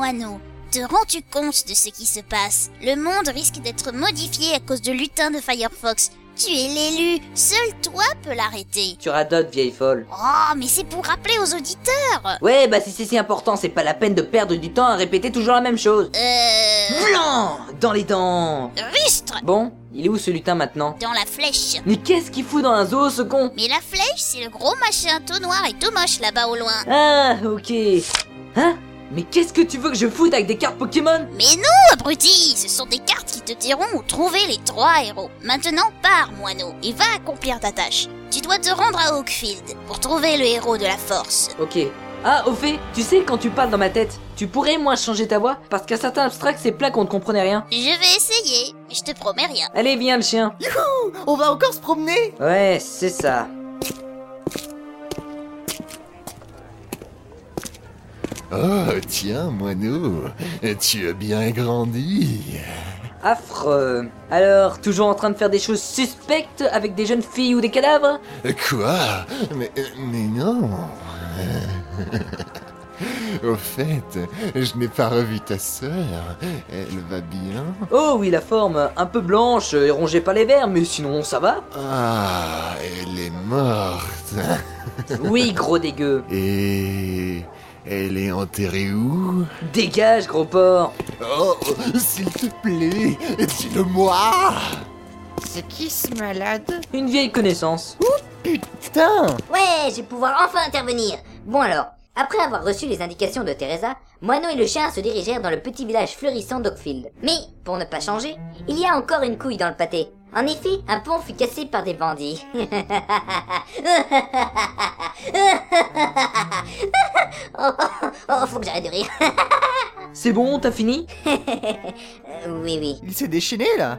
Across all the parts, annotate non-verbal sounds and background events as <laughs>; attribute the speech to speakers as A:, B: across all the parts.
A: Anneau. Te rends-tu compte de ce qui se passe Le monde risque d'être modifié à cause de lutin de Firefox. Tu es l'élu, seul toi peux l'arrêter.
B: Tu radotes, vieille folle.
A: Oh, mais c'est pour rappeler aux auditeurs.
B: Ouais, bah si c'est si important, c'est pas la peine de perdre du temps à répéter toujours la même chose.
A: Euh...
B: Blanc Dans les dents
A: Rustre
B: Bon, il est où ce lutin maintenant
A: Dans la flèche.
B: Mais qu'est-ce qu'il fout dans un zoo, ce con
A: Mais la flèche, c'est le gros machin tout noir et tout moche là-bas au loin.
B: Ah, ok. Hein Mais qu'est-ce que tu veux que je foute avec des cartes Pokémon
A: Mais non, abruti Ce sont des cartes qui te diront où trouver les trois héros. Maintenant, pars, moineau, et va accomplir ta tâche. Tu dois te rendre à Oakfield pour trouver le héros de la force.
B: Ok. Ah, au fait, tu sais, quand tu parles dans ma tête, tu pourrais moins changer ta voix Parce qu'à certains abstracts, c'est plat qu'on ne comprenait rien.
A: Je vais essayer, mais je te promets rien.
B: Allez, viens, le chien.
C: On va encore se promener
B: Ouais, c'est ça.
D: Oh, tiens, moineau, tu as bien grandi.
B: Affreux. Alors, toujours en train de faire des choses suspectes avec des jeunes filles ou des cadavres
D: Quoi mais, mais non. <laughs> Au fait, je n'ai pas revu ta sœur. Elle va bien
B: Oh oui, la forme, un peu blanche euh, et rongée par les vers, mais sinon ça va
D: Ah, elle est morte.
B: Oui, gros dégueu.
D: Et elle est enterrée où
B: Dégage, gros porc.
D: Oh, s'il te plaît, dis-le-moi.
E: C'est qui ce malade
B: Une vieille connaissance.
C: Putain
F: Ouais, je vais pouvoir enfin intervenir. Bon alors, après avoir reçu les indications de Teresa, Moineau et le chien se dirigèrent dans le petit village fleurissant d'Oakfield. Mais, pour ne pas changer, il y a encore une couille dans le pâté. En effet, un pont fut cassé par des bandits. <laughs> oh, oh, oh, faut que j'arrête de rire.
B: C'est bon, t'as fini
F: Euh, oui, oui.
C: Il s'est déchaîné là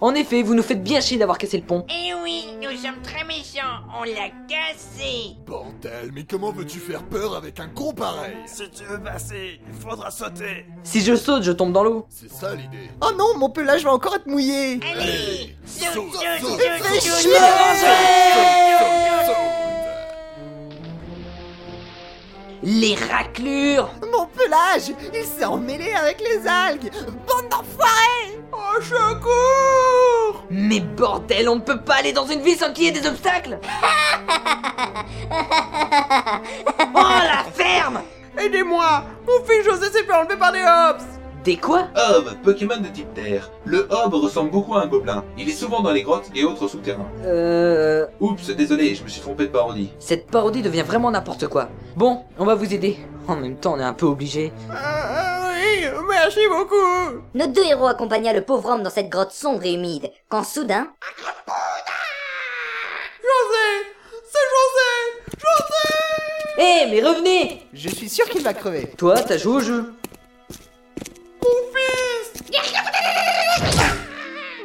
B: En effet, vous nous faites bien chier d'avoir cassé le pont.
E: Eh oui, nous sommes très méchants, on l'a cassé
D: Bordel, mais comment veux-tu faire peur avec un con pareil
G: Si tu veux passer, il faudra sauter.
B: Si je saute, je tombe dans l'eau.
D: C'est ça l'idée.
C: Oh non, mon pelage va encore être mouillé
E: Allez Saute,
D: saute,
E: saute,
D: saute, saute,
E: saute, saute,
C: chier
B: Les raclures
C: Mon pelage Il s'est emmêlé avec les algues Bande d'enfoirés Au Oh, secours
B: Mais bordel, on ne peut pas aller dans une vie sans qu'il y ait des obstacles Oh la ferme
C: Aidez-moi Mon fils José s'est fait enlever par des hops
B: Des quoi
H: Hob, Pokémon de type terre. Le Hob ressemble beaucoup à un gobelin. Il est souvent dans les grottes et autres souterrains.
B: Euh...
H: Oups, désolé, je me suis trompé de parodie.
B: Cette parodie devient vraiment n'importe quoi. Bon, on va vous aider. En même temps, on est un peu obligé.
C: Ah, Oui, merci beaucoup
F: Nos deux héros accompagna le pauvre homme dans cette grotte sombre et humide, quand soudain,
C: José C'est José
B: Eh, mais revenez
C: Je suis sûr qu'il va crever
B: Toi, t'as joué au jeu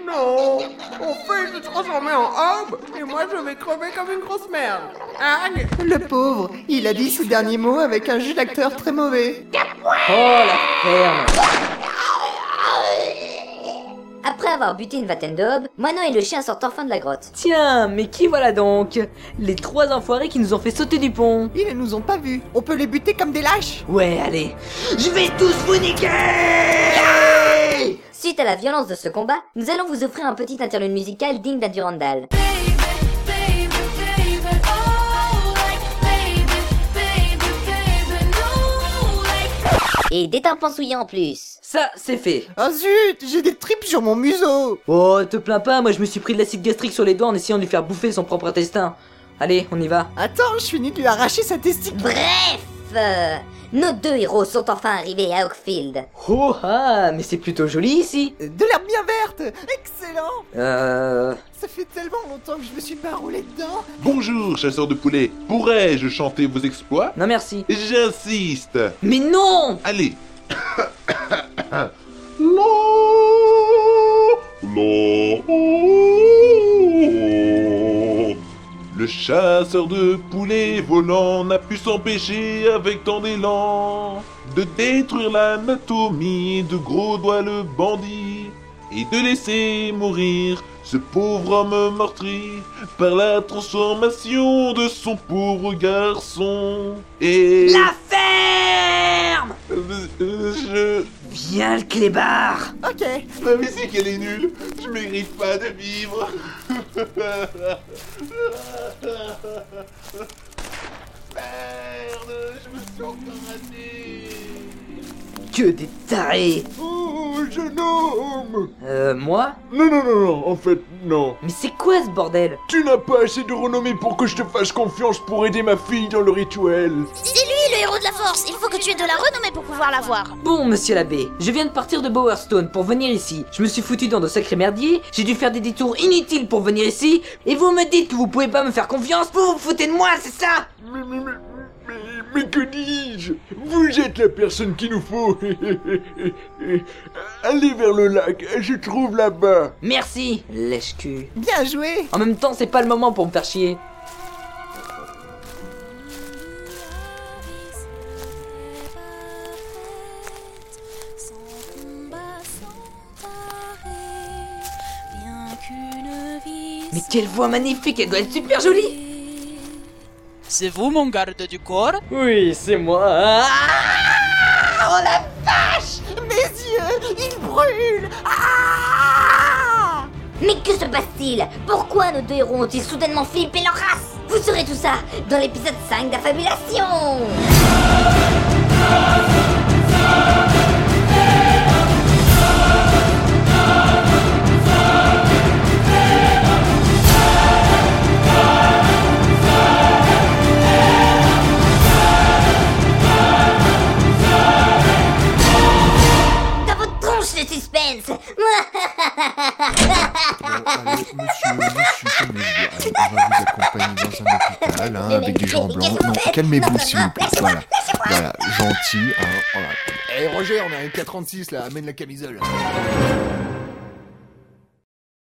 C: Non Mon fils s'est transformé en homme et moi je vais crever comme une grosse merde Agne Le pauvre, il a dit ses derniers mots avec un jeu d'acteur très mauvais
B: Oh la ferme
F: après avoir buté une vingtaine de hobs, Moineau et le chien sortent enfin de la grotte.
B: Tiens, mais qui voilà donc Les trois enfoirés qui nous ont fait sauter du pont
C: Ils ne nous ont pas vus On peut les buter comme des lâches
B: Ouais, allez Je vais tous vous niquer
F: Suite à la violence de ce combat, nous allons vous offrir un petit interlude musical digne d'un Durandal. Et détarpant souillé en plus.
B: Ça, c'est fait
C: Ah zut J'ai des tripes sur mon museau
B: Oh, te plains pas, moi je me suis pris de l'acide gastrique sur les doigts en essayant de lui faire bouffer son propre intestin. Allez, on y va.
C: Attends, je finis de lui arracher sa testicule
F: Bref, euh, nos deux héros sont enfin arrivés à Oakfield.
B: Oh ah, mais c'est plutôt joli ici
C: De l'herbe bien verte Excellent
B: Euh...
C: Ça fait tellement longtemps que je me suis pas roulé dedans
H: Bonjour, chasseur de poulets. Pourrais-je chanter vos exploits
B: Non merci.
H: J'insiste.
B: Mais non
H: Allez. Lo- lo- Le chasseur de poulets volant n'a pu s'empêcher avec tant d'élan de détruire l'anatomie de gros doigts le bandit et de laisser mourir ce pauvre homme meurtri par la transformation de son pauvre garçon. Et
B: La ferme
H: euh, je...
B: Bien le clébard
C: Ok.
H: La musique, elle est nulle. Je mérite pas de vivre. <laughs> Merde, je me suis encore raté.
B: Que des tarés
H: Oh, jeune homme
B: Euh, moi
H: Non, non, non, non, en fait, non.
B: Mais c'est quoi ce bordel
H: Tu n'as pas assez de renommée pour que je te fasse confiance pour aider ma fille dans le rituel.
A: C'est lui le héros de la force, il faut que tu aies de la renommée pour pouvoir l'avoir.
B: Bon, monsieur l'abbé, je viens de partir de Bowerstone pour venir ici. Je me suis foutu dans de sacrés merdiers, j'ai dû faire des détours inutiles pour venir ici, et vous me dites que vous pouvez pas me faire confiance, vous vous foutez de moi, c'est ça
H: Mais, mais, mais, mais, mais que dis-je Vous êtes la personne qu'il nous faut. <laughs> Allez vers le lac, je trouve là-bas.
B: Merci, lèche-cul.
C: Bien joué.
B: En même temps, c'est pas le moment pour me faire chier. Mais quelle voix magnifique, elle doit être super jolie
I: C'est vous mon garde du corps
B: Oui, c'est moi. Ah, oh
C: Mes yeux, ils brûlent.
F: Mais que se passe-t-il Pourquoi nos deux héros ont-ils soudainement flippé leur race Vous saurez tout ça dans l'épisode 5 d'Affabulation Dans votre tronche le suspense
D: Euh, Allez, monsieur, monsieur, calmez-vous. Allez, euh, on va vous accompagner dans un hôpital, hein, avec des gens blancs. Non, calmez-vous, s'il vous plaît. Voilà, voilà, gentil. Hein, voilà. Hé, Roger, on a un 436, là. Amène la camisole.